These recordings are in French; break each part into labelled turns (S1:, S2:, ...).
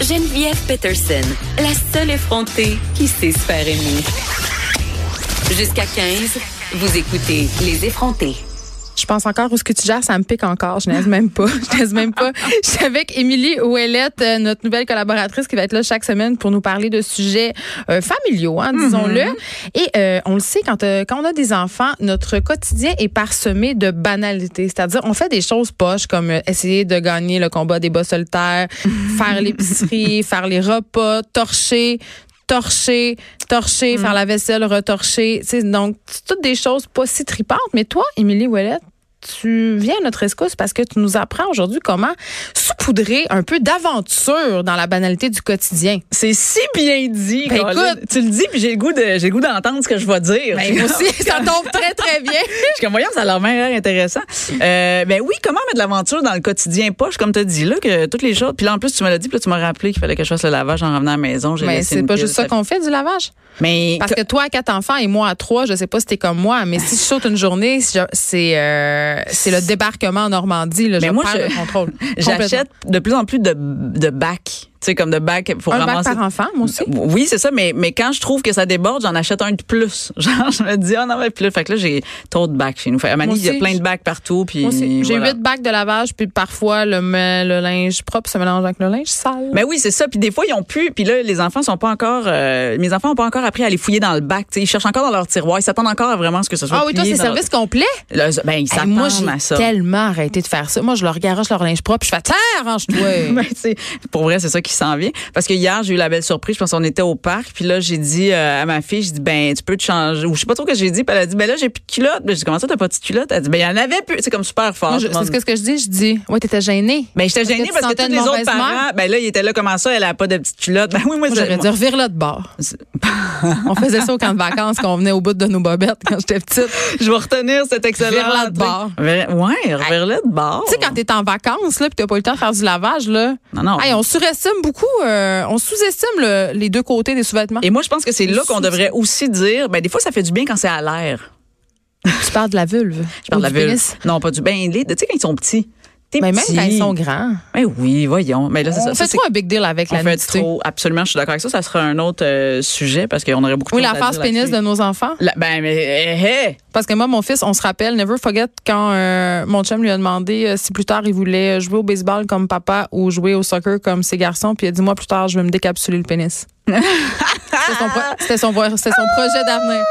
S1: Geneviève Peterson, la seule effrontée qui sait se faire aimer. Jusqu'à 15, vous écoutez Les effrontés.
S2: Je pense encore où ce que tu gères, ça me pique encore. Je n'aise même pas. Je n'aise même pas. Je suis avec Émilie Ouellette, euh, notre nouvelle collaboratrice qui va être là chaque semaine pour nous parler de sujets euh, familiaux, hein, disons-le. Et euh, on le sait, quand, euh, quand on a des enfants, notre quotidien est parsemé de banalités. C'est-à-dire, on fait des choses poches comme euh, essayer de gagner le combat des bas solitaires, faire l'épicerie, faire les repas, torcher torcher, torcher,
S3: Mm.
S2: faire la vaisselle, retorcher. Tu sais, donc, c'est toutes des choses pas si tripantes. Mais toi, Émilie Ouellet, tu viens à notre escousse parce que tu nous apprends aujourd'hui comment saupoudrer un peu d'aventure dans la banalité du quotidien.
S3: C'est si bien dit.
S2: Ben,
S3: Colin.
S2: écoute. Ben,
S3: tu le dis, puis j'ai le goût de, j'ai le goût d'entendre ce que je vais dire. Je suis
S2: moi
S3: comme-
S2: aussi, ça tombe très, très bien.
S3: Je suis comme, voyons, ça a l'air bien l'air intéressant. Euh, ben oui, comment mettre de l'aventure dans le quotidien poche, comme tu as dit, là, que toutes les choses. Puis là, en plus, tu me l'as dit, puis là, tu m'as rappelé qu'il fallait que je fasse le lavage en revenant à la maison. J'ai
S2: Mais Ben,
S3: laissé
S2: c'est
S3: une
S2: pas
S3: pile
S2: juste ça
S3: de-
S2: qu'on fait du lavage.
S3: Mais
S2: Parce que toi, à quatre enfants et moi à trois, je sais pas si t'es comme moi, mais si je saute une journée, si je- c'est euh, c'est le débarquement en Normandie. Là,
S3: Mais
S2: je
S3: moi,
S2: perds
S3: je-
S2: le contrôle.
S3: j'achète de plus en plus de, de bacs. Tu sais, comme de bacs pour
S2: un bac
S3: ramasser.
S2: par enfant, moi aussi.
S3: Oui, c'est ça, mais, mais quand je trouve que ça déborde, j'en achète un de plus. Genre, je me dis, ah non, mais plus. Fait que là, j'ai trop de bacs chez nous. Fait, à Manille, il y a
S2: aussi,
S3: plein
S2: j-
S3: de bacs partout. Puis
S2: Moi aussi. J'ai
S3: voilà.
S2: huit bacs de lavage, puis parfois le, me- le linge propre se mélange avec le linge sale.
S3: Mais Ben oui, c'est ça. Puis des fois, ils ont pu. Puis là, les enfants sont pas encore. euh, mes enfants ont pas encore appris à aller fouiller dans le bac. tu sais. Ils cherchent encore dans leur tiroir. Ils s'attendent encore à vraiment ce que ce soit.
S2: ah oui, toi,
S3: plié
S2: c'est
S3: dans leur-
S2: service complet?
S3: Le- ben, ils
S2: Hey, moi,
S3: s'attendent à
S2: j'ai
S3: ça.
S2: tellement arrêté de faire ça. Moi, je leur garoche leur linge propre, puis je fais Tiens, arrange-toi.
S3: Ben, c'est- pour vrai, c'est ça qui s'en vient. Parce que hier, j'ai eu la belle surprise. Je pense qu'on était au parc. Puis là, j'ai dit euh, à ma fille, j'ai dit, ben, tu peux te changer. Ou je sais pas trop ce que j'ai dit. Puis elle a dit, ben là, j'ai plus de culotte. Ben, j'ai dit, comment ça, t'as pas de culotte? Elle a dit, ben, il y en avait plus. C'est comme super fort.
S2: Moi, je-
S3: tout le
S2: c'est
S3: monde
S2: ce que, ce que je dis. Je dis Ouais, t'étais gênée.
S3: Ben, j'étais gênée
S2: tu
S3: parce que
S2: sentais
S3: tous
S2: une
S3: les autres
S2: mauvaise mère?
S3: parents, ben là, il était là comme ça, elle a pas de petite culotte. Ben oui,
S2: Moi,
S3: moi, je-
S2: j'aurais
S3: moi-
S2: dit Revire-la de bord. On faisait ça au camp de vacances quand on venait au bout de nos bobettes quand j'étais petite.
S3: je vais retenir cet excellent.
S2: Verla de bord.
S3: Ver- Ouais, verla de bord.
S2: Tu sais, quand t'es en vacances, là, pis t'as pas eu le temps de faire du lavage, là.
S3: Non, non.
S2: Hey, on surestime beaucoup, euh, on sous-estime le- les deux côtés des sous-vêtements.
S3: Et moi, je pense que c'est là qu'on devrait aussi dire, ben des fois, ça fait du bien quand c'est à l'air.
S2: Tu parles de la vulve.
S3: Je parle
S2: Ou
S3: de la
S2: du
S3: vulve.
S2: pénis.
S3: Non, pas du ben les- Tu sais, quand ils sont petits. T'es
S2: Mais même
S3: petit.
S2: quand ils sont grands.
S3: Ben oui, voyons. Mais là, c'est ça.
S2: On
S3: Ça,
S2: fait
S3: c'est-
S2: trop un big deal avec la
S3: on fait
S2: nudité.
S3: trop. Absolument, je suis d'accord avec ça. Ça sera un autre euh, sujet parce qu'on aurait beaucoup
S2: Oui,
S3: de
S2: la
S3: choses à
S2: phase
S3: dire
S2: pénis
S3: là-dessus.
S2: de nos enfants.
S3: La- ben, mais, eh, eh.
S2: Parce que moi, mon fils, on se rappelle, never forget, quand euh, mon chum lui a demandé euh, si plus tard il voulait jouer au baseball comme papa ou jouer au soccer comme ses garçons, puis il a dit, moi, plus tard, je vais me décapsuler le pénis. C'était son pro- C'était son, vo- c'était son projet d'avenir.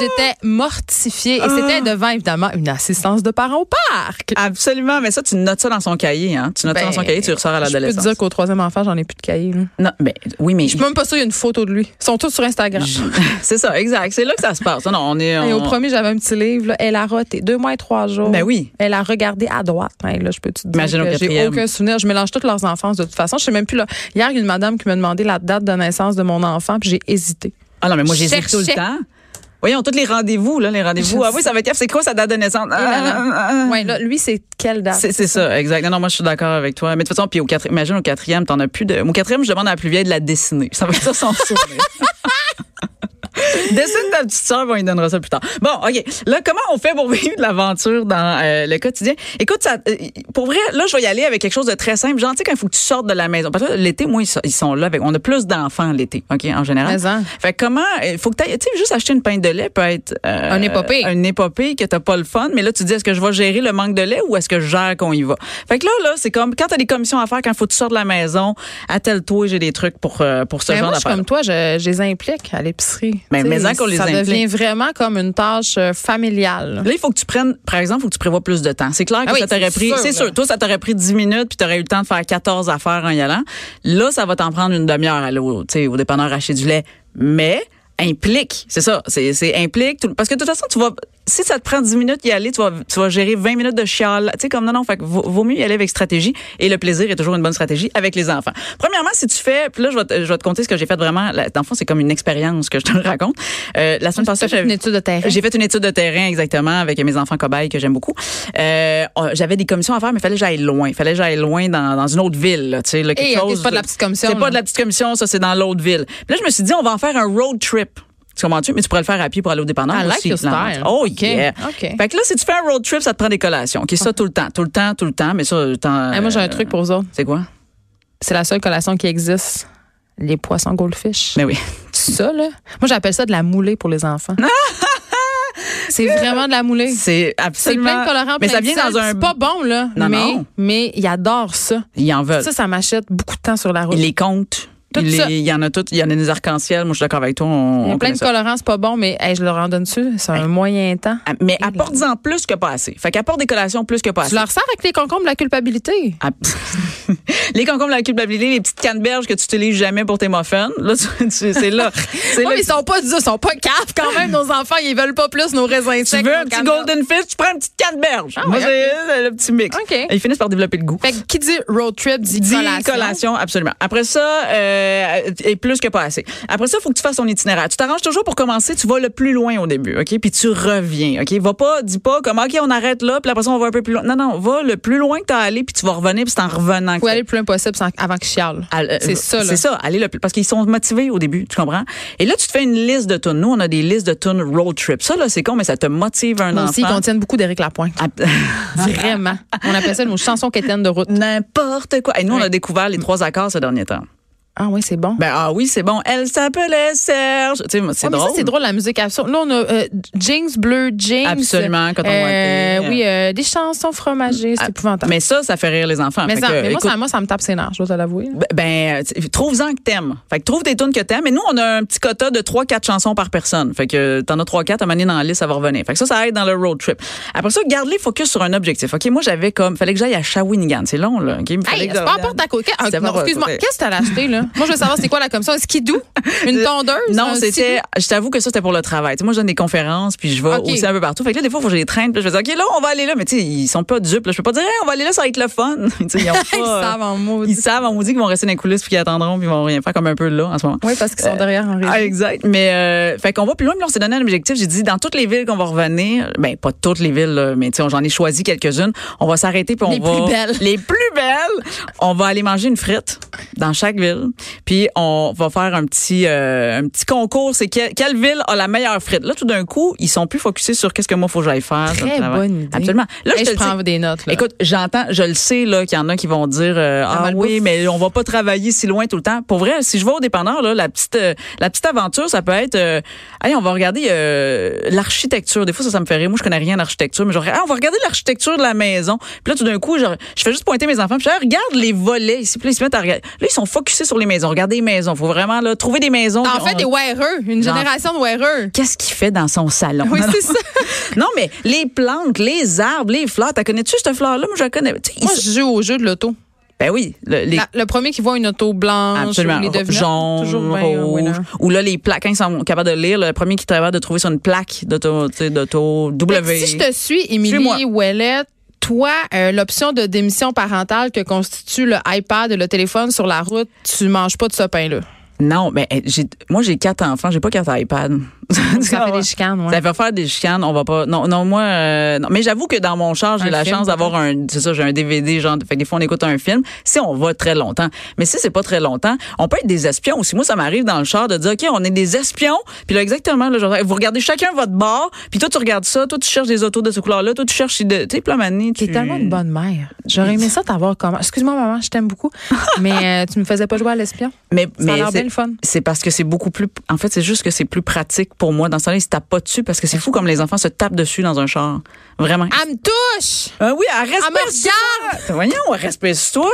S2: J'étais mortifiée et
S3: Ah.
S2: c'était devant, évidemment, une assistance de parents au parc.
S3: Absolument, mais ça, tu notes ça dans son cahier, hein. Tu notes ça
S2: Ben,
S3: dans son cahier, tu ressors à
S2: Je peux te
S3: l'adolescence.
S2: dire qu'au troisième enfant, j'en ai plus de cahier. là.
S3: Non, mais oui, mais
S2: Je suis même pas sûre qu'il y a une photo de lui. Ils sont tous sur Instagram.
S3: Je- c'est ça, exact. C'est là que ça se passe. Non, non, on est.
S2: Et au
S3: On...
S2: premier, j'avais un petit livre. là. Elle a roté deux mois et trois jours.
S3: Ah. Ben oui.
S2: Elle a regardé à droite. Hey, là, je peux te dire
S3: Imagine au
S2: que j'ai
S3: quatrième.
S2: aucun souvenir. Je mélange toutes leurs enfances de toute façon. Je sais même plus. Là. Hier, il y a une madame qui m'a demandé la date de naissance de mon enfant, puis j'ai hésité.
S3: Ah non, mais moi, j'hésite tout
S2: Cherchais.
S3: le temps. Voyons, tous les rendez-vous, là, les rendez-vous.
S2: Je
S3: Ah oui, ça va être c'est quoi sa date de naissance?
S2: Et là, là.
S3: Ah, ah, ah.
S2: Ouais, là, lui, c'est quelle date?
S3: C'est c'est ça, exact. Non, non, moi, je suis d'accord avec toi. Mais de toute façon, puis au quatrième, imagine au quatrième, t'en as plus de. Au quatrième, je demande à la plus vieille de la dessiner. Ça va être ça son souvenir. Dessine ta petite soeur, on lui donnera ça plus tard. Bon, OK. Là, comment on fait pour vivre de l'aventure dans euh, le quotidien? Écoute, ça, euh, pour vrai, là, je vais y aller avec quelque chose de très simple. Genre, tu sais, quand il faut que tu sortes de la maison. Parce que là, l'été, moi, ils sont- ils sont là. Avec, on a plus d'enfants l'été, OK, en général.
S2: Mais, hein.
S3: Fait que comment. Il faut que t'ailles- tu sais, juste acheter une pinte de lait peut être. euh,
S2: Un épopée.
S3: Une épopée que t'as pas le fun. Mais là, tu dis, est-ce que je vais gérer le manque de lait ou est-ce que je gère qu'on y va? Fait que là, là, c'est comme quand t'as des commissions à faire, quand faut que tu sortes de la maison, attelle-toi, j'ai des trucs pour, euh, pour ce
S2: Ben,
S3: genre
S2: moi, je suis
S3: d'affaires.
S2: comme toi, je, je les implique à l'épicerie.
S3: Ben,
S2: Tu sais,
S3: mais en qu'on les
S2: ça devient
S3: implique.
S2: vraiment comme une tâche euh, familiale.
S3: Là, il faut que tu prennes, par exemple, il faut que tu prévois plus de temps. C'est clair que
S2: Ah oui,
S3: ça t'aurait
S2: c'est
S3: pris,
S2: sûr,
S3: c'est
S2: là.
S3: sûr, toi, ça t'aurait pris 10 minutes puis t'aurais eu le temps de faire 14 affaires en y allant. Là, ça va t'en prendre une demi-heure à l'eau, tu sais, au dépanneur à acheter du lait. Mais, implique, c'est ça, c'est, c'est implique. tout- parce que de toute façon, tu vas, si ça te prend 10 minutes y aller, tu vas, tu vas gérer 20 minutes de chial. Tu sais, comme non, non, fait que vaut, vaut mieux y aller avec stratégie et le plaisir est toujours une bonne stratégie avec les enfants. Premièrement, si tu fais, puis là, je vais, te, je vais te conter ce que j'ai fait vraiment, là, dans le fond, c'est comme une expérience que je te raconte. Euh,
S2: Ah,
S3: la semaine passée,
S2: T'as fait
S3: j'avais-
S2: une étude de terrain.
S3: j'ai fait une étude de terrain exactement avec mes enfants cobayes que j'aime beaucoup. Euh, on- j'avais des commissions à faire, mais fallait que j'aille loin. Fallait que j'aille loin dans, dans une autre ville. là, tu sais, là, quelque
S2: Eh, ok,
S3: chose-
S2: c'est pas de la petite commission,
S3: C'est
S2: là.
S3: pas de la petite commission, ça c'est dans l'autre ville. Puis là, je me suis dit, on va en faire un road trip. Tu comprends-tu? Mais tu pourrais le faire à pied pour aller au
S2: I
S3: dépanneur.
S2: like
S3: aussi,
S2: your style.
S3: finalement. Oh,
S2: Ok,
S3: yeah.
S2: ok.
S3: Fait que là, si tu fais un road trip, ça te prend des collations. OK, ça tout le temps, tout le temps, tout le temps. Mais ça, le temps,
S2: Hey, Ben, Eh, moi, j'ai
S3: euh,
S2: un truc pour vous autres.
S3: C'est quoi?
S2: c'est la seule collation qui existe. Les poissons goldfish.
S3: Mais oui.
S2: Ça, là. Moi, j'appelle ça de la moulée pour les enfants. c'est vraiment de la moulée.
S3: C'est
S2: C'est
S3: absolument.
S2: plein de colorants,
S3: Mais
S2: plein
S3: ça
S2: de
S3: vient
S2: sel.
S3: dans un.
S2: C'est pas bon, là.
S3: Non,
S2: mais,
S3: non.
S2: mais ils adorent ça.
S3: Ils en veulent.
S2: Ça, ça m'achète beaucoup de temps sur la route.
S3: Ils les comptent.
S2: Tout
S3: Ils les-
S2: ça.
S3: Il y en a toutes. Il y en a des arcs-en-ciel. Moi, je suis d'accord avec toi. On,
S2: Il y a plein
S3: on connaît
S2: de
S3: ça.
S2: colorants, c'est pas bon, mais hey, je leur en donne dessus. C'est un moyen temps.
S3: Ah, Mais apporte-en plus que pas assez. Fait qu'apporte des collations plus que pas
S2: Tu
S3: assez.
S2: leur sers avec les concombres de la culpabilité.
S3: Ah, les concombres, la culpabilité, les petites canneberges que tu utilises jamais pour tes muffins. Là, tu- tu- c'est là. C'est
S2: Oui,
S3: là
S2: Oh, mais ils sont pas durs, ils sont pas caves quand même. Nos enfants, ils veulent pas plus nos raisins
S3: tu
S2: secs.
S3: veux
S2: nos
S3: un petit
S2: cannelles.
S3: golden fish, tu prends une petite canneberge.
S2: Ah
S3: Moi,
S2: ouais,
S3: c'est c'est le petit mix.
S2: OK.
S3: Et ils finissent par développer le goût.
S2: Fait que qui dit road trip dit,
S3: Dix
S2: collation.
S3: collations, absolument. Après ça, euh, et plus que pas assez. Après ça, il faut que tu fasses ton itinéraire. Tu t'arranges toujours pour commencer, tu vas le plus loin au début, OK? Puis tu reviens, OK? Va pas, dis pas comme, OK, on arrête là, puis après ça, on va un peu plus loin. Non, non, va le plus loin que t'as allé, puis tu vas revenir, puis c'est en revenant que
S2: Faut
S3: t'as-
S2: aller le plus loin possible sans- avant qu'ils chialent.
S3: à- euh,
S2: C'est ça, là.
S3: C'est ça, aller le plus- parce qu'ils sont motivés au début, tu comprends? Et là, tu te fais une liste de tunes. Nous, on a des listes de tunes road trip. Ça, là, c'est con, mais ça te motive un
S2: Moi
S3: enfant.
S2: aussi, ils contiennent beaucoup d'Éric Lapointe.
S3: à-
S2: Vraiment. On appelle ça nos chansons quétaines de route.
S3: N'importe quoi. Et nous, on
S2: Ouais.
S3: a découvert les trois accords ce dernier temps.
S2: Ah oui, c'est bon.
S3: Ben, ah oui, c'est bon. Elle s'appelait Serge. Tu sais, moi, c'est
S2: Ouais, mais
S3: drôle.
S2: ça, c'est drôle, la musique absurde. Là, on a euh, James Bleu, James.
S3: Absolument, quand on
S2: euh,
S3: voit tes-
S2: Oui, euh, des chansons fromagées, c'est
S3: Ah,
S2: épouvantable. Mais,
S3: Mais ça, ça fait rire les enfants. Fait
S2: ça,
S3: que,
S2: mais moi,
S3: écoute,
S2: ça, moi, ça me tape ses nerfs, je dois te l'avouer. là.
S3: ben, euh, tu- trouve-en que t'aimes. Fait que trouve des tunes que t'aimes. Et nous, on a un petit quota de 3-4 chansons par personne. Fait que euh, t'en as 3-4 à manier dans la liste, ça va revenir. Fait que ça, ça aide dans le road trip. Après ça, garde-les focus sur un objectif. OK, moi, j'avais comme, fallait que j'aille à Shawinigan. C'est long, là. OK? Il me fallait
S2: Hey,
S3: que
S2: c'est pas
S3: j'aille-
S2: à porte à côté. Ah,
S3: C'est
S2: non,
S3: pas-
S2: excuse-moi,
S3: c'est-
S2: qu'est-ce que t'as acheté, là? Moi, je veux savoir c'est quoi la commission. Un skidoo? Une tondeuse?
S3: Non,
S2: Un
S3: c'était.
S2: skidoo?
S3: Je t'avoue que ça, c'était pour le travail. Tu sais, moi, je donne des conférences, puis je vais
S2: Ok.
S3: aussi un peu partout. Fait que là, des fois, faut que je les traîne, puis je vais dire, OK, là, on va aller là. Mais tu sais, ils sont pas dupes. Là. Je peux pas dire, Hey, on va aller là, ça va être le fun. Tu sais, ils, ont pas,
S2: Ils savent en maudit.
S3: Ils savent, on dit qu'ils vont rester dans les coulisses, puis qu'ils attendront, puis ils vont rien faire, comme un peu là, en ce moment.
S2: Oui, parce qu'ils sont derrière en
S3: Ah,
S2: régie.
S3: exact. Mais, euh, fait qu'on va plus loin, mais là, on s'est donné un objectif. J'ai dit, dans toutes les villes qu'on va revenir, ben, pas toutes les villes, là, mais tu sais, j'en ai choisi quelques-unes. On va s'arrêter, puis on
S2: Les
S3: va.
S2: plus belles.
S3: Les plus belles. On va aller manger une frite dans chaque ville. Puis, on va faire un petit, euh, un petit concours. C'est quelle, quelle ville a la meilleure frite? Là, tout d'un coup, ils sont plus focusés sur qu'est-ce que moi, faut que j'aille faire. dans le
S2: Très
S3: travail.
S2: bonne idée.
S3: Absolument. Là,
S2: Hey,
S3: je te le dis.
S2: prends des notes, là.
S3: Écoute, j'entends, je le sais là qu'il y en a qui vont dire euh, ah
S2: malbouffe.
S3: oui, mais on va pas travailler si loin tout le temps. Pour vrai, si je vais au dépanneur là, la petite euh, la petite aventure, ça peut être euh, hey, on va regarder euh, l'architecture. Des fois ça ça me fait rire. Moi je connais rien en architecture, mais genre ah, on va regarder l'architecture de la maison. Puis là tout d'un coup, genre, je fais juste pointer mes enfants, puis je fais, Ah, regarde les volets ici, puis là, ils se mettent à regarder. Là ils sont focusés sur les maisons. Regardez les maisons, faut vraiment là trouver des maisons.
S2: En
S3: On-
S2: fait, des weareux, une
S3: Genre-
S2: génération de weareux.
S3: Qu'est-ce qu'il fait dans son salon
S2: Oui,
S3: Non, non.
S2: c'est ça.
S3: Non, mais les plantes, les arbres, les fleurs, t'as connais-tu cette fleur-là? Moi, je la connais. Tu sais, ils
S2: Moi,
S3: se-
S2: je joue au jeu de l'auto.
S3: Ben oui, le, les,
S2: La- le premier qui voit une auto blanche,
S3: absolument,
S2: ou les devinettes,
S3: jaune,
S2: toujours bien, euh, winner.
S3: rouge, ou là, les plaques, quand ils sont capables de lire, le premier qui est capable de trouver sur une plaque d'auto, tu sais, d'auto,
S2: Fait
S3: W.
S2: que Ben, Si je te suis,
S3: Suis-moi.
S2: Émilie Ouellette, toi, euh, l'option de démission parentale que constitue le iPad et le téléphone sur la route, tu manges pas de ce pain-là.
S3: Non, mais eh, j'ai, moi, j'ai quatre enfants, j'ai pas quatre iPad.
S2: Ça fait des chicanes, ouais.
S3: Ça fait faire des chicanes, on va pas. Non, non, moi, euh, non. Mais j'avoue que dans mon char, j'ai
S2: Un
S3: la
S2: film,
S3: chance d'avoir un. C'est ça, j'ai un DVD, genre. Fait que des fois, on écoute un film. Si on va très longtemps. Mais si c'est pas très longtemps, on peut être des espions aussi. Moi, ça m'arrive dans le char de dire, OK, on est des espions. Puis là, exactement, là, genre, vous regardez chacun votre bord. Puis toi, tu regardes ça. Toi, tu cherches des autos de ce couleur-là. Toi, tu cherches. des- Tu sais, plein manie.
S2: T'es tellement une bonne mère. J'aurais aimé ça t'avoir comme. Excuse-moi, maman, je t'aime beaucoup, mais euh, tu me faisais pas jouer à l'espion.
S3: Mais,
S2: Ça a
S3: mais
S2: l'air
S3: c'est-
S2: bien le fun.
S3: c'est parce que c'est beaucoup plus. En fait, c'est juste que c'est plus pratique pour moi. Dans ce temps-là, ils se tapent pas dessus parce que c'est fou comme les enfants se tapent dessus dans un char. Vraiment.
S2: Elle me touche!
S3: Ah oui,
S2: Elle
S3: elle
S2: me
S3: respecte.
S2: regarde!
S3: Voyons, respecte-toi.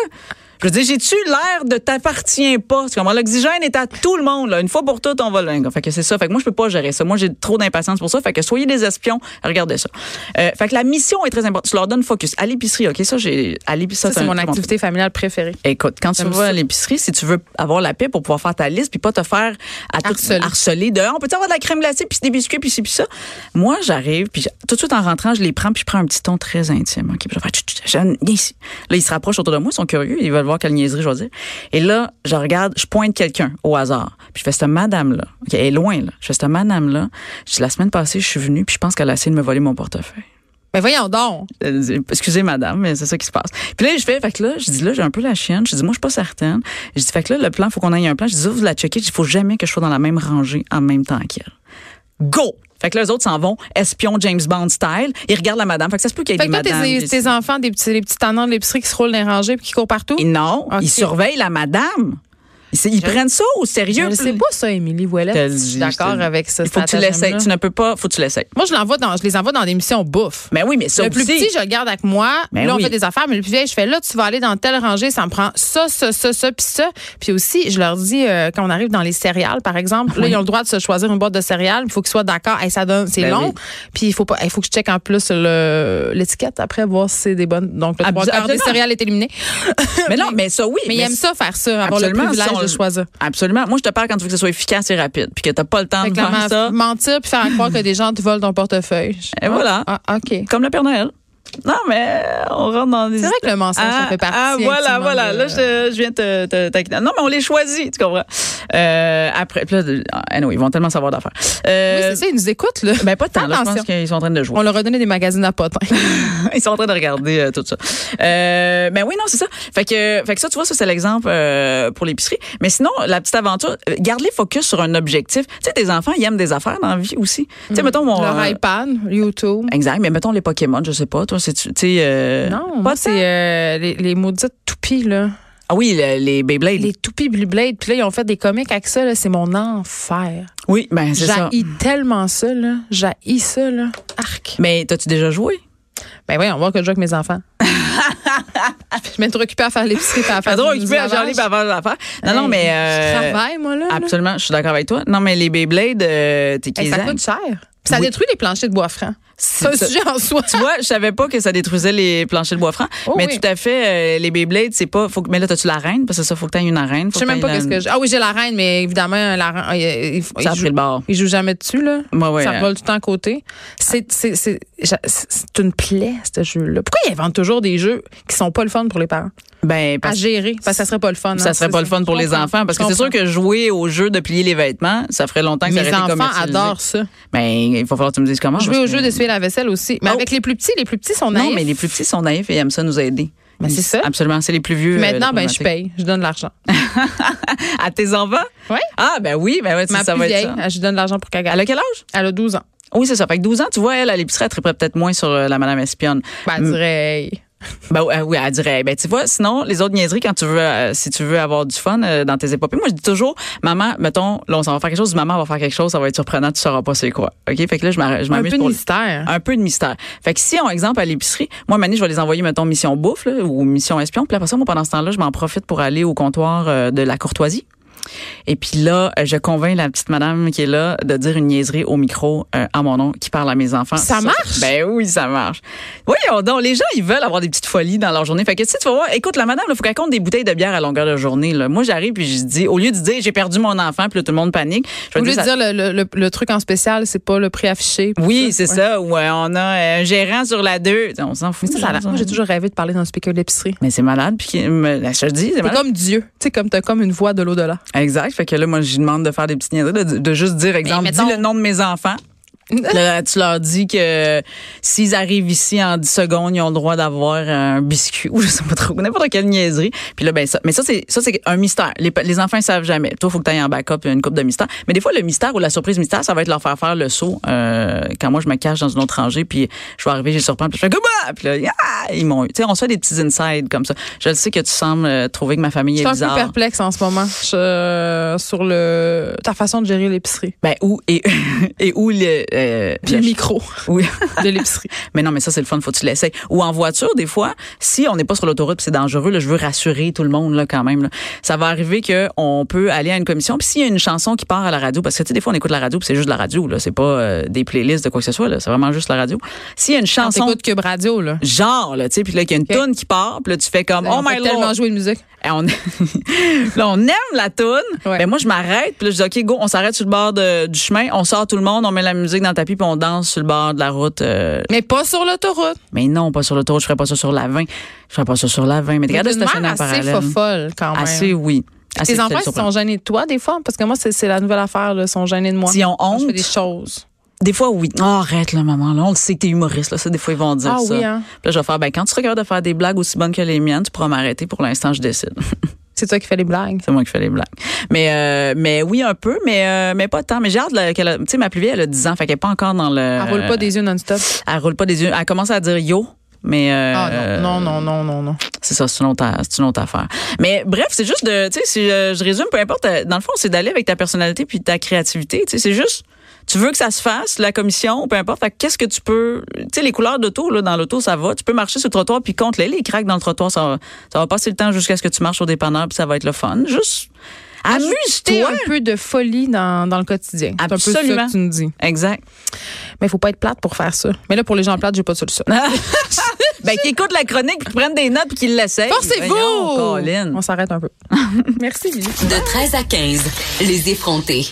S3: Je veux dire, j'ai-tu l'air de t'appartient pas? Tu comprends? L'oxygène est à tout le monde, là. Une fois pour toutes, on va là. Fait que c'est ça. Fait que moi, je peux pas gérer ça. Moi, j'ai trop d'impatience pour ça. Fait que soyez des espions. Regardez ça. Euh, fait que la mission est très importante. Tu leur donnes focus. À l'épicerie, OK? Ça, j'ai, à l'épicerie,
S2: Ça, c'est
S3: un
S2: mon
S3: très bon
S2: activité familiale préférée.
S3: Écoute, quand tu
S2: J'aime
S3: vas
S2: ça.
S3: à l'épicerie, si tu veux avoir la paix pour pouvoir faire ta liste puis pas te faire à tout-
S2: Harceler.
S3: harceler de Ah, on peut avoir de la crème glacée puis des biscuits puis ci puis ça. Moi, j'arrive puis je- tout de suite en rentrant, je les prends puis je prends un petit ton très intime. OK, puis je vais faire Chut, chut, Jeanne, viens ici. Là, ils se rapprochent autour de moi, ils sont curieux, ils veulent voir quelle niaiserie je vais dire. Et là, je regarde, je pointe quelqu'un au hasard. Puis je fais cette madame là, OK, elle est loin là. Je fais cette madame là, je dis, la semaine passée, je suis venue puis je pense qu'elle a essayé de me voler mon portefeuille.
S2: Mais voyons donc!
S3: Elle dit, Euh, excusez madame, mais c'est ça qui se passe. Puis là, je fais, fait que là, je dis là, j'ai un peu la chienne. Je dis, moi, je suis pas certaine. Je dis, fait que là, le plan, faut qu'on aille un plan. Je dis, Ah, vous la checker. Je dis, faut jamais que je sois dans la même rangée en même temps qu'elle. Go! Fait que là, les autres s'en vont, espion James Bond style. Ils regardent la madame. Fait que ça se peut qu'il y ait
S2: Fait
S3: des
S2: que toi,
S3: madames,
S2: tes,
S3: des-
S2: tes enfants, des petits, les petits tannants de l'épicerie qui se roulent dans les rangées puis qui courent partout?
S3: Et non,
S2: Ok.
S3: ils surveillent la madame. Ils, se- ils prennent ça au
S2: Je
S3: sérieux.
S2: ne sais pas ça, Émilie Ouellet.
S3: Je te
S2: Je suis
S3: le dis, je te
S2: d'accord
S3: le-
S2: avec ça.
S3: Il faut que
S2: cet
S3: tu l'essayes.
S2: attachement-là.
S3: Tu ne peux pas, faut que tu l'essayes.
S2: Moi, je, l'envoie dans, je les envoie dans des missions bouffe.
S3: Mais oui, mais ça
S2: le plus
S3: aussi-
S2: petit, je le garde avec moi.
S3: Ben
S2: là, on
S3: oui.
S2: fait des affaires, mais le plus vieil, je fais là, tu vas aller dans telle rangée, ça me prend ça, ça, ça, ça, puis ça. Puis aussi, je leur dis, euh, quand on arrive dans les céréales, par exemple, là, ils ont le droit de se choisir une boîte de céréales. Il faut qu'ils soient d'accord. Hey, ça donne, c'est
S3: Ben
S2: long.
S3: oui.
S2: Puis il faut pas, il faut que je check en plus le- l'étiquette après, voir si c'est des bonnes. Donc, le
S3: Abs-
S2: trois quarts des
S3: absolument.
S2: céréales est éliminé.
S3: Mais non, mais ça, oui.
S2: Mais ils aiment ça, faire ça, avoir le privilège
S3: si on-
S2: de choisir.
S3: Absolument. Moi, je te parle quand tu veux que ce soit efficace et rapide, puis que t'as pas le temps
S2: Fait
S3: de
S2: que la
S3: faire
S2: ma-
S3: ça. Euh,
S2: mentir puis faire croire que des gens te volent ton portefeuille. Je-
S3: Et voilà.
S2: Ah, OK.
S3: Comme le Père Noël. Non, mais on rentre dans des.
S2: C'est vrai que le mensonge, ça
S3: Ah,
S2: fait partie.
S3: Ah,
S2: intimement
S3: voilà, voilà.
S2: de-
S3: Là, je, je viens te, te, taquiner. Non, mais on les choisit, tu comprends. Euh, après, puis là, de- ah, non, ils vont tellement savoir d'affaires. Euh,
S2: Oui, c'est ça, ils nous écoutent, là.
S3: Ben, pas tant. Là, je
S2: Attention.
S3: pense qu'ils sont en train de jouer.
S2: On leur a donné des magazines à potins.
S3: Ils sont en train de regarder euh, tout ça. Euh, ben oui, non, c'est ça. Fait que, fait que ça, tu vois, ça, c'est l'exemple euh, pour l'épicerie. Mais sinon, la petite aventure, euh, garde les focus sur un objectif. Tu sais, tes enfants, ils aiment des affaires dans la vie aussi. Tu
S2: Mm.
S3: sais, mettons mon...
S2: Leur
S3: euh,
S2: iPad, YouTube.
S3: exact, mais mettons les Pokémon, je sais pas. Toi, c'est... Tu sais... euh,
S2: Non, moi,
S3: pas
S2: c'est euh, les, les maudites toupies, là.
S3: tant. Ah oui, le- les Beyblade.
S2: Les toupies Blue Blade. Puis là, ils ont fait des comics avec ça, là. C'est mon enfer.
S3: Oui, ben c'est ça.
S2: J'haïs tellement ça, là. J'haïs ça, là. Arc.
S3: Mais t'as-tu déjà joué?
S2: Ben oui, on voit que je joue avec mes enfants. je vais me récupérer à faire l'épicerie puis à faire
S3: Pas drôle,
S2: du
S3: tu peux
S2: lavage.
S3: aller avant l'affaire. Non, non,
S2: Hey,
S3: mais...
S2: Je
S3: euh,
S2: travaille, moi, là. là.
S3: Absolument, je suis d'accord avec toi. Non, mais les Beyblade, euh, t'es
S2: Hey,
S3: qu'ils
S2: ça
S3: aiment.
S2: coûte cher. Puis ça
S3: Oui.
S2: détruit les planchers de bois franc. C'est un
S3: ça-
S2: sujet en soi.
S3: tu vois, je savais pas que ça détruisait les planchers de bois franc.
S2: Oh
S3: mais
S2: oui.
S3: tout à fait, euh, les Beyblades, c'est pas. Faut que, mais là, t'as-tu la reine? Parce que ça, faut que t'aies une arène.
S2: Je sais même pas qu'est-ce que j'ai. Ah oui, j'ai la reine, mais évidemment, la reine. ah, il- il- il
S3: Ça a
S2: joue-
S3: pris le bord.
S2: Il joue jamais dessus, là.
S3: Moi, ouais.
S2: ça
S3: euh,
S2: vole tout le temps à côté. C'est, c'est, c'est, j'a- c'est- c'est une plaie, ce jeu-là. Pourquoi ils inventent toujours des jeux qui sont pas le fun pour les parents?
S3: Ben,
S2: À
S3: parce que
S2: gérer. Parce que ça serait pas le fun. hein,
S3: ça serait
S2: Ah, c'est
S3: pas le fun pour
S2: Je
S3: les
S2: comprends.
S3: enfants. Parce
S2: Je
S3: que c'est sûr
S2: comprends.
S3: que jouer au jeu de plier les vêtements, ça ferait longtemps que ça aurait
S2: Mes
S3: été
S2: enfants
S3: commercialisé.
S2: adorent ça.
S3: Ben, il va falloir que tu me dises comment.
S2: Jouer
S3: parce
S2: au
S3: que-
S2: jeu d'essuyer la vaisselle aussi. Mais
S3: Oh.
S2: avec les plus petits, les plus petits sont naïfs.
S3: Non, mais les plus petits sont naïfs et aiment ça nous aider.
S2: Ben, c'est ça.
S3: Absolument. C'est les plus
S2: Puis
S3: vieux. euh,
S2: Maintenant,
S3: la
S2: ben, je paye.
S3: problématique.
S2: Je donne de l'argent.
S3: À tes enfants?
S2: Oui.
S3: Ah, ben oui, ben ouais,
S2: Ma
S3: ça, ça
S2: plus
S3: va
S2: vieille,
S3: être ça.
S2: je donne de l'argent pour qu'elle
S3: Elle
S2: gagne.
S3: a quel âge?
S2: Elle a 12 ans.
S3: Oui, c'est ça. Fait que 12 ans, tu vois, elle, à l'épicerie, elle triperait peut-être moins sur euh, la Madame Espionne.
S2: Ben, elle dirait, hey.
S3: Ben euh, oui, elle dirait. Ben tu vois, sinon les autres niaiseries quand tu veux, euh, si tu veux avoir du fun euh, dans tes épopées. Moi je dis toujours, maman, mettons, là on s'en va faire quelque chose, maman on va faire quelque chose, ça va être surprenant, tu sauras pas c'est quoi. Ok, fait que là je m'arr- je
S2: un
S3: m'amuse
S2: peu de
S3: pour le-
S2: mystère.
S3: un peu de mystère. Fait que si, en exemple, à l'épicerie, moi, Mani, je vais les envoyer, mettons, mission bouffe là, ou mission espion. Puis après ça, moi, pendant ce temps-là, je m'en profite pour aller au comptoir euh, de la courtoisie. Et puis là, euh, je convainc la petite madame qui est là de dire une niaiserie au micro euh, à mon nom qui parle à mes enfants.
S2: Ça marche?
S3: Ben oui, ça marche. Voyons donc, les gens, ils veulent avoir des petites folies dans leur journée. Fait que si tu vas voir, écoute, la madame, il faut qu'elle compte des bouteilles de bière à longueur de journée. Là. Moi, j'arrive puis je dis, au lieu de dire j'ai perdu mon enfant, puis là, tout le monde panique, je vais
S2: Au lieu
S3: dire,
S2: de
S3: ça-
S2: dire le, le- le- le truc en spécial, c'est pas le prix affiché.
S3: oui, c'est ça. Ou euh, on a un gérant sur la 2. On s'en fout.
S2: Mais ça, ça a l'air- moi, j'ai toujours rêvé de parler dans le speaker de l'épicerie.
S3: Mais c'est malade. Puis, qui me- là, je te le dis, c'est
S2: T'es
S3: malade.
S2: comme Dieu. Tu sais, comme t'as comme une voix de l'au-delà.
S3: Exact. Fait que là, moi, je lui demande de faire des petites niaiseries, de, de juste dire, exemple,
S2: mettons-
S3: dis le nom de mes enfants. Là, tu leur dis que s'ils arrivent ici en 10 secondes, ils ont le droit d'avoir un biscuit ou je sais pas trop, n'importe quelle niaiserie. Puis là, ben ça, mais ça c'est ça c'est un mystère. Les, pa- les enfants ils savent jamais. Toi, faut que tu ailles en backup une coupe de mystère. Mais des fois, le mystère ou la surprise mystère, ça va être leur faire faire le saut euh, quand moi je me cache dans une autre rangée, puis je vais arriver, je les surprends, puis je fais Gouma! Puis là, Ah! ils m'ont eu. Tu sais, on se fait des petits insides comme ça. Je le sais que tu sembles euh, trouver que ma famille
S2: Je
S3: est
S2: suis un peu
S3: bizarre.
S2: perplexe en ce moment je- euh, sur le ta façon de gérer l'épicerie.
S3: Ben où et et où le, euh,
S2: Puis le
S3: le-
S2: micro
S3: oui.
S2: de l'épicerie.
S3: Mais non, mais ça, c'est le fun, faut que tu l'essayes. Ou en voiture, des fois, si on n'est pas sur l'autoroute, puis c'est dangereux, là, je veux rassurer tout le monde là, quand même. là. Ça va arriver que on peut aller à une commission. Puis s'il y a une chanson qui part à la radio, parce que tu sais, des fois, on écoute la radio, puis c'est juste de la radio, là, c'est pas euh, des playlists de quoi que ce soit, là, c'est vraiment juste la radio. S'il y a une
S2: Quand
S3: chanson
S2: t'écoutes Cube Radio, là.
S3: genre, là, tu sais, puis là, qu'il y a une
S2: Ok.
S3: toune qui part, puis là, tu fais comme, oh
S2: on
S3: my
S2: fait tellement
S3: lord,
S2: jouer de musique.
S3: et Eh, on, là, on aime la toune.
S2: Ouais.
S3: Ben moi, je m'arrête. Puis là, je dis, OK, go, on s'arrête sur le bord de- du chemin. On sort tout le monde, on met la musique dans le tapis, puis on danse sur le bord de la route. euh.
S2: Mais pas sur l'autoroute.
S3: Mais non, pas sur l'autoroute. Je ferais pas ça sur la 20. Je ferais pas ça sur la 20. Mais regarde
S2: T'es
S3: le
S2: une
S3: stationnaire
S2: mère assez
S3: parallèle. hein.
S2: fofolle quand même.
S3: Assez, oui. Assez
S2: Tes enfants
S3: folle
S2: ils
S3: sur
S2: sont
S3: place.
S2: gênés de toi des fois parce que moi c'est c'est la nouvelle affaire là, ils sont gênés de moi.
S3: S'ils ont
S2: Moi, Je fais
S3: honte.
S2: des choses.
S3: Des fois, oui. Oh, arrête, là, maman. Là, on le sait que t'es humoriste. Là. Ça, des fois, ils vont dire
S2: Ah
S3: ça.
S2: oui hein.
S3: Puis là, je vais faire, ben, quand tu seras capable de faire des blagues aussi bonnes que les miennes, tu pourras m'arrêter. Pour l'instant, je décide.
S2: C'est toi qui fais les blagues.
S3: C'est moi qui fais les blagues. Mais, euh, mais oui, un peu, mais, euh, mais pas tant. Mais j'ai hâte là, qu'elle a- Tu sais, ma plus vieille, elle a 10 ans, fait qu'elle n'est pas encore dans le.
S2: Elle roule pas des yeux non-stop.
S3: Elle roule pas des yeux. Elle commence à dire yo. Mais euh,
S2: Ah non, non, non, non, non, non.
S3: c'est ça, c'est une, autre, c'est une autre affaire. Mais bref, c'est juste de, tu sais, si euh, je résume, peu importe, euh, dans le fond, c'est d'aller avec ta personnalité puis ta créativité. Tu sais, c'est juste, tu veux que ça se fasse, la commission, peu importe. Fait que qu'est-ce que tu peux, tu sais, les couleurs d'auto, là, dans l'auto, ça va. Tu peux marcher sur le trottoir puis compte-les, les craques dans le trottoir, ça va, ça va passer le temps jusqu'à ce que tu marches au dépanneur puis ça va être le fun. Juste,
S2: Ah, T'es
S3: amuse-toi.
S2: un peu de folie dans, dans le quotidien. C'est un peu ça
S3: Absolument.
S2: que tu nous dis.
S3: Exact.
S2: Mais faut pas être plate pour faire ça. Mais là, pour les gens plates, j'ai pas de solution.
S3: Ben, qui écoute la chronique puis qui prennent des notes puis qui l'essayent. Voyons,
S2: Forcez-vous!
S3: Colin.
S2: On s'arrête un peu. Merci, Lily.
S1: De 13 à 15, les effrontés.